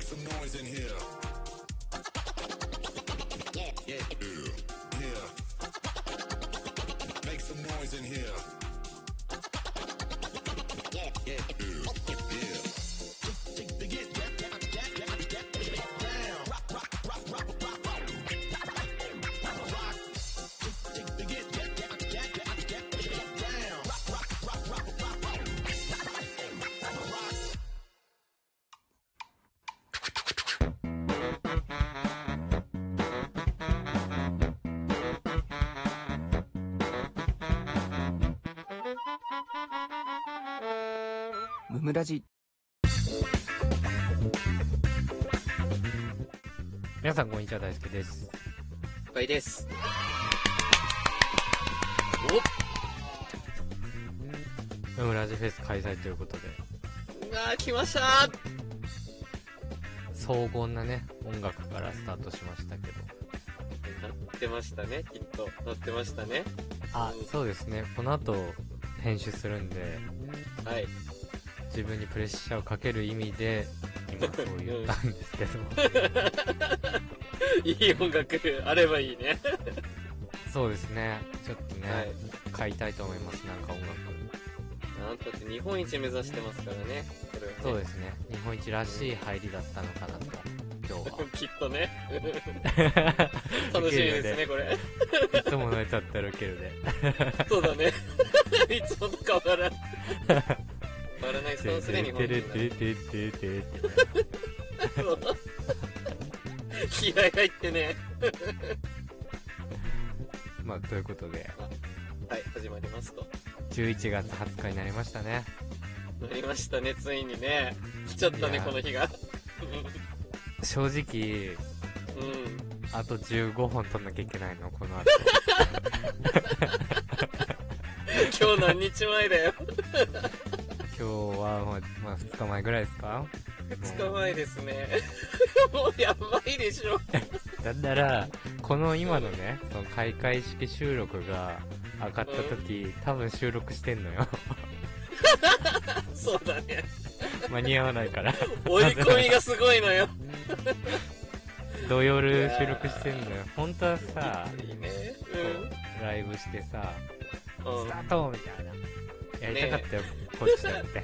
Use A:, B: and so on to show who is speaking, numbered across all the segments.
A: some noise in here.
B: Yeah.
A: Yeah. Yeah. Yeah. Make some noise in here.
B: Yeah.
A: Yeah. Yeah.
C: ムムラジ
D: 皆さんこんにちは大輔です
E: ぱいです。
D: ムムラジフェス開催ということで
E: あー、来ましたー
D: 荘厳なね音楽からスタートしましたけど
E: なってましたね、きっと。なってましたね。
D: あそうですねこの後編集するんで
E: はい。
D: 自分にプレッシャーをかける意味で今そう言ったんですけ ど
E: いい音楽あればいいね。
D: そうですねちょっとね、
E: はい
D: 買いたいと思いますなんか音楽
E: なんとって日本一目指してますからね。これはね
D: そうですね日本一らしい入りだったのかなと今日は
E: きっ とね。楽しみですね、これ。
D: いつものやつだったらウケるで
E: そうだね。いつもと変わらん。変わらないスタンスで日本
D: てれ
E: 人
D: てれてれてれてれってね
E: だ。気合入ってね。
D: まあということで
E: はい、始まりますと。
D: 11月20日になりましたね
E: なりましたね、ついにね。来ちゃった
D: い
E: ね、
D: やー
E: この日が。
D: 正直
E: うん。
D: あと15本取んなきゃいけないのこの後
E: 今日何日前だよ
D: 今日は、まあまあ、2日前ぐらいですか
E: 2日前ですね もうやばいでしょ
D: だったらこの今のねその開会式収録が上がった時多分収録してんのよ
E: そうだね
D: 間に合わないから
E: 追い込みがすごいのよ
D: 土曜日収録してんのよ本当はさ
E: いいね
D: こうライブしてさ
E: うん、
D: ス
E: うん
D: タ、ートみたいなやりたかったよ、こっちだって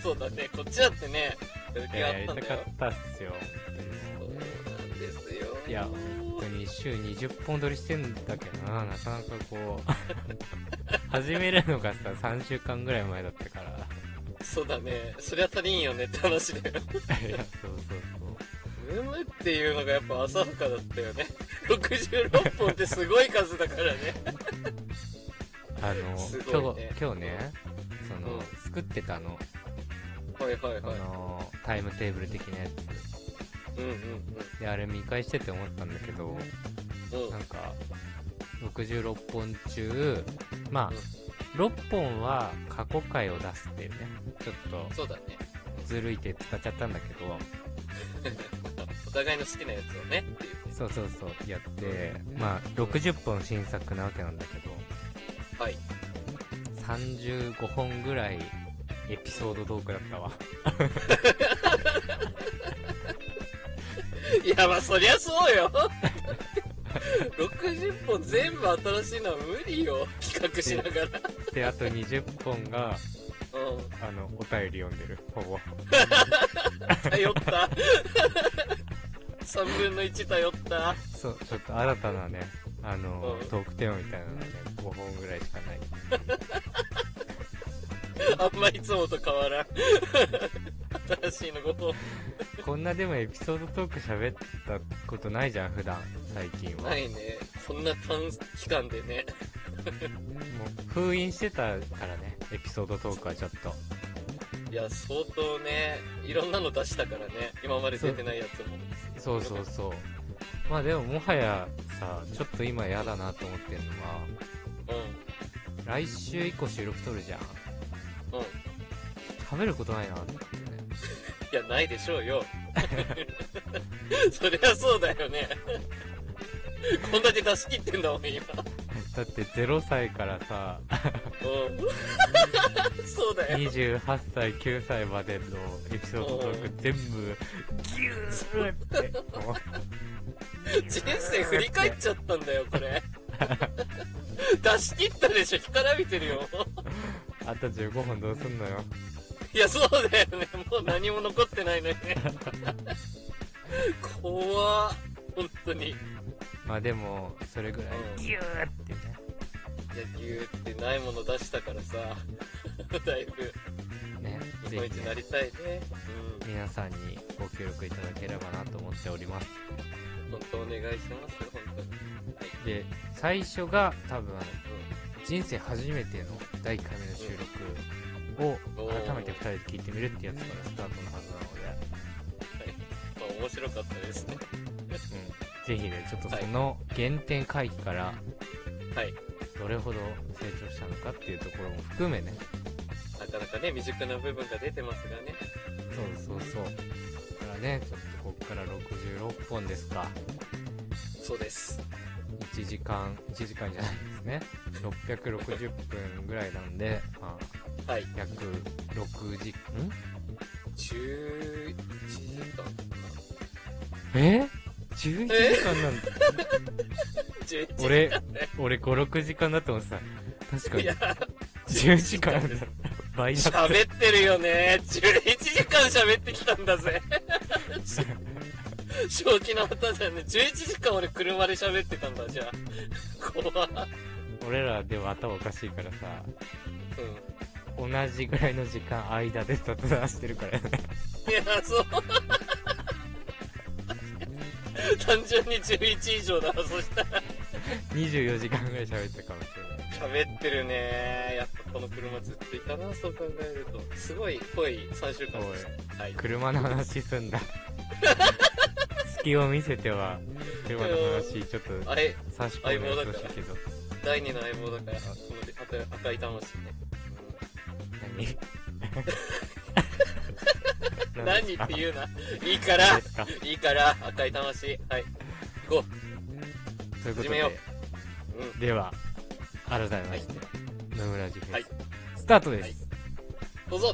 E: そうだねこっちだってね やる
D: い
E: 気があ
D: やや
E: っ
D: り
E: たん
D: た
E: だ
D: か
E: よ
D: ったっすよ
E: そうなんですよ
D: いや本当に週20本撮りしてんだけどななかなかこ う始めるのがさ3週間ぐらい前だったから
E: そうだねそりゃ足りんよねって話だよ
D: いやそうそうそう
E: ムムっていうのがやっぱ浅はかだったよね66本ってすごい数だからね
D: あの、
E: す
D: 今
E: ごいね
D: 日今日ねその、
E: うん
D: 作ってたの
E: はいはい
D: そ
E: はい
D: のタイムテーブル的なや
E: うんうん
D: つであれ見返してて思ったんだけど
E: うんうん
D: なんか66本中まあ6本は過去回を出すっていうねちょっと
E: そうだね
D: ずるいって使っちゃったんだけど
E: お互いの好きなやつをねっていう
D: そうそうそうやってまあ60本新作なわけなんだけど
E: はい
D: 35本ぐらいエピソードトークだった わ
E: いやまあそりゃそうよ 60本全部新しいのは無理よ企画しながら
D: であと20本が
E: うん
D: あのお便り読んでるほぼ
E: 頼った 3分の1頼った
D: そうちょっと新たなねあの
E: うん
D: トークテーマみたいなのがね5本ぐらいしかない
E: あんまいつもと変わらん新しいのこと
D: こんなでもエピソードトーク喋ったことないじゃん普段最近は、
E: ないねこんな短期間でね
D: もう封印してたからねエピソードトークはちょっと
E: いや相当ねいろんなの出したからね今まで出てないやつも
D: そうそうそうまあでももはやさちょっと今やだなと思ってるのは
E: う
D: 来週以降収録取るじゃん
E: んうん
D: 喋ることないなってね
E: いやないでしょうよそりゃそうだよねこんだけ出し切ってんだもん今
D: だって0歳からさ、
E: うんそうだよ
D: 28歳、9歳までのエピソードトーク全部、ギューって。
E: 人生振り返っちゃったんだよこれ出し切ったでしょ干からびてるよ
D: あと15分どうすんのよ。
E: いやそうだよねもう何も残ってないのにね怖っ本当にいや
D: まあでも、それぐらい、ギューってね。
E: ぎゅーってないもの出したからさだいぶ
D: ね、
E: 日
D: ぜ
E: 本一
D: ひ
E: な
D: ね、
E: りたいねう
D: 皆さんにご協力いただければなと思っております。
E: ん本当お願いしますよ本当にはい
D: で、最初が多分、人生初めての第1回目の収録を
E: おー
D: 改めて2人で聞いてみるってやつからスタートのはずなので、
E: うんまあ面白かったですね
D: ぜひね、ちょっとその原点回帰から
E: はい
D: どれほど成長したのかっていうところも含めね、
E: なかなかね未熟な部分が出てますがね
D: そうそうそう。だからね、ちょっとこっから66本ですか。
E: そうです
D: 1時間、1時間じゃないですね。660分ぐらいなんで、まあ、
E: はい
D: 約6時、ん
E: 11時間かな
D: え ?11 時間なんだ。
E: 11時間
D: 俺、俺5、6時間だと思ってた。確か
E: い
D: に
E: や。
D: 10時間だ。 倍だった。
E: 喋ってるよね11時間喋ってきたんだぜ正気の旗じゃね11時間俺車で喋ってたんだじゃあ怖っ
D: 俺らでは頭おかしいからさ、
E: うん
D: 同じぐらいの時間間で雑談してるからね。
E: いやそう単純に11以上だそしたら
D: 24時間ぐらい喋ってたかもしれない。
E: 喋ってるねやっぱこの車ずっといたなそう考えるとすごい濃い3週間でしたはい
D: 車の話す んだ。隙を見せては、車の話ちょっと
E: あれ
D: 差し込んでやってほしいけど。
E: 第二の相棒だからこの赤赤い魂ね、 うん、何って
D: う
E: 言うないいか
D: から
E: いいから赤い魂はい行こ
D: ということ
E: 始めよ
D: で、
E: う、うん、
D: では、改めまして、野村ジフェス、
E: はい
D: スタートです。
E: どうぞ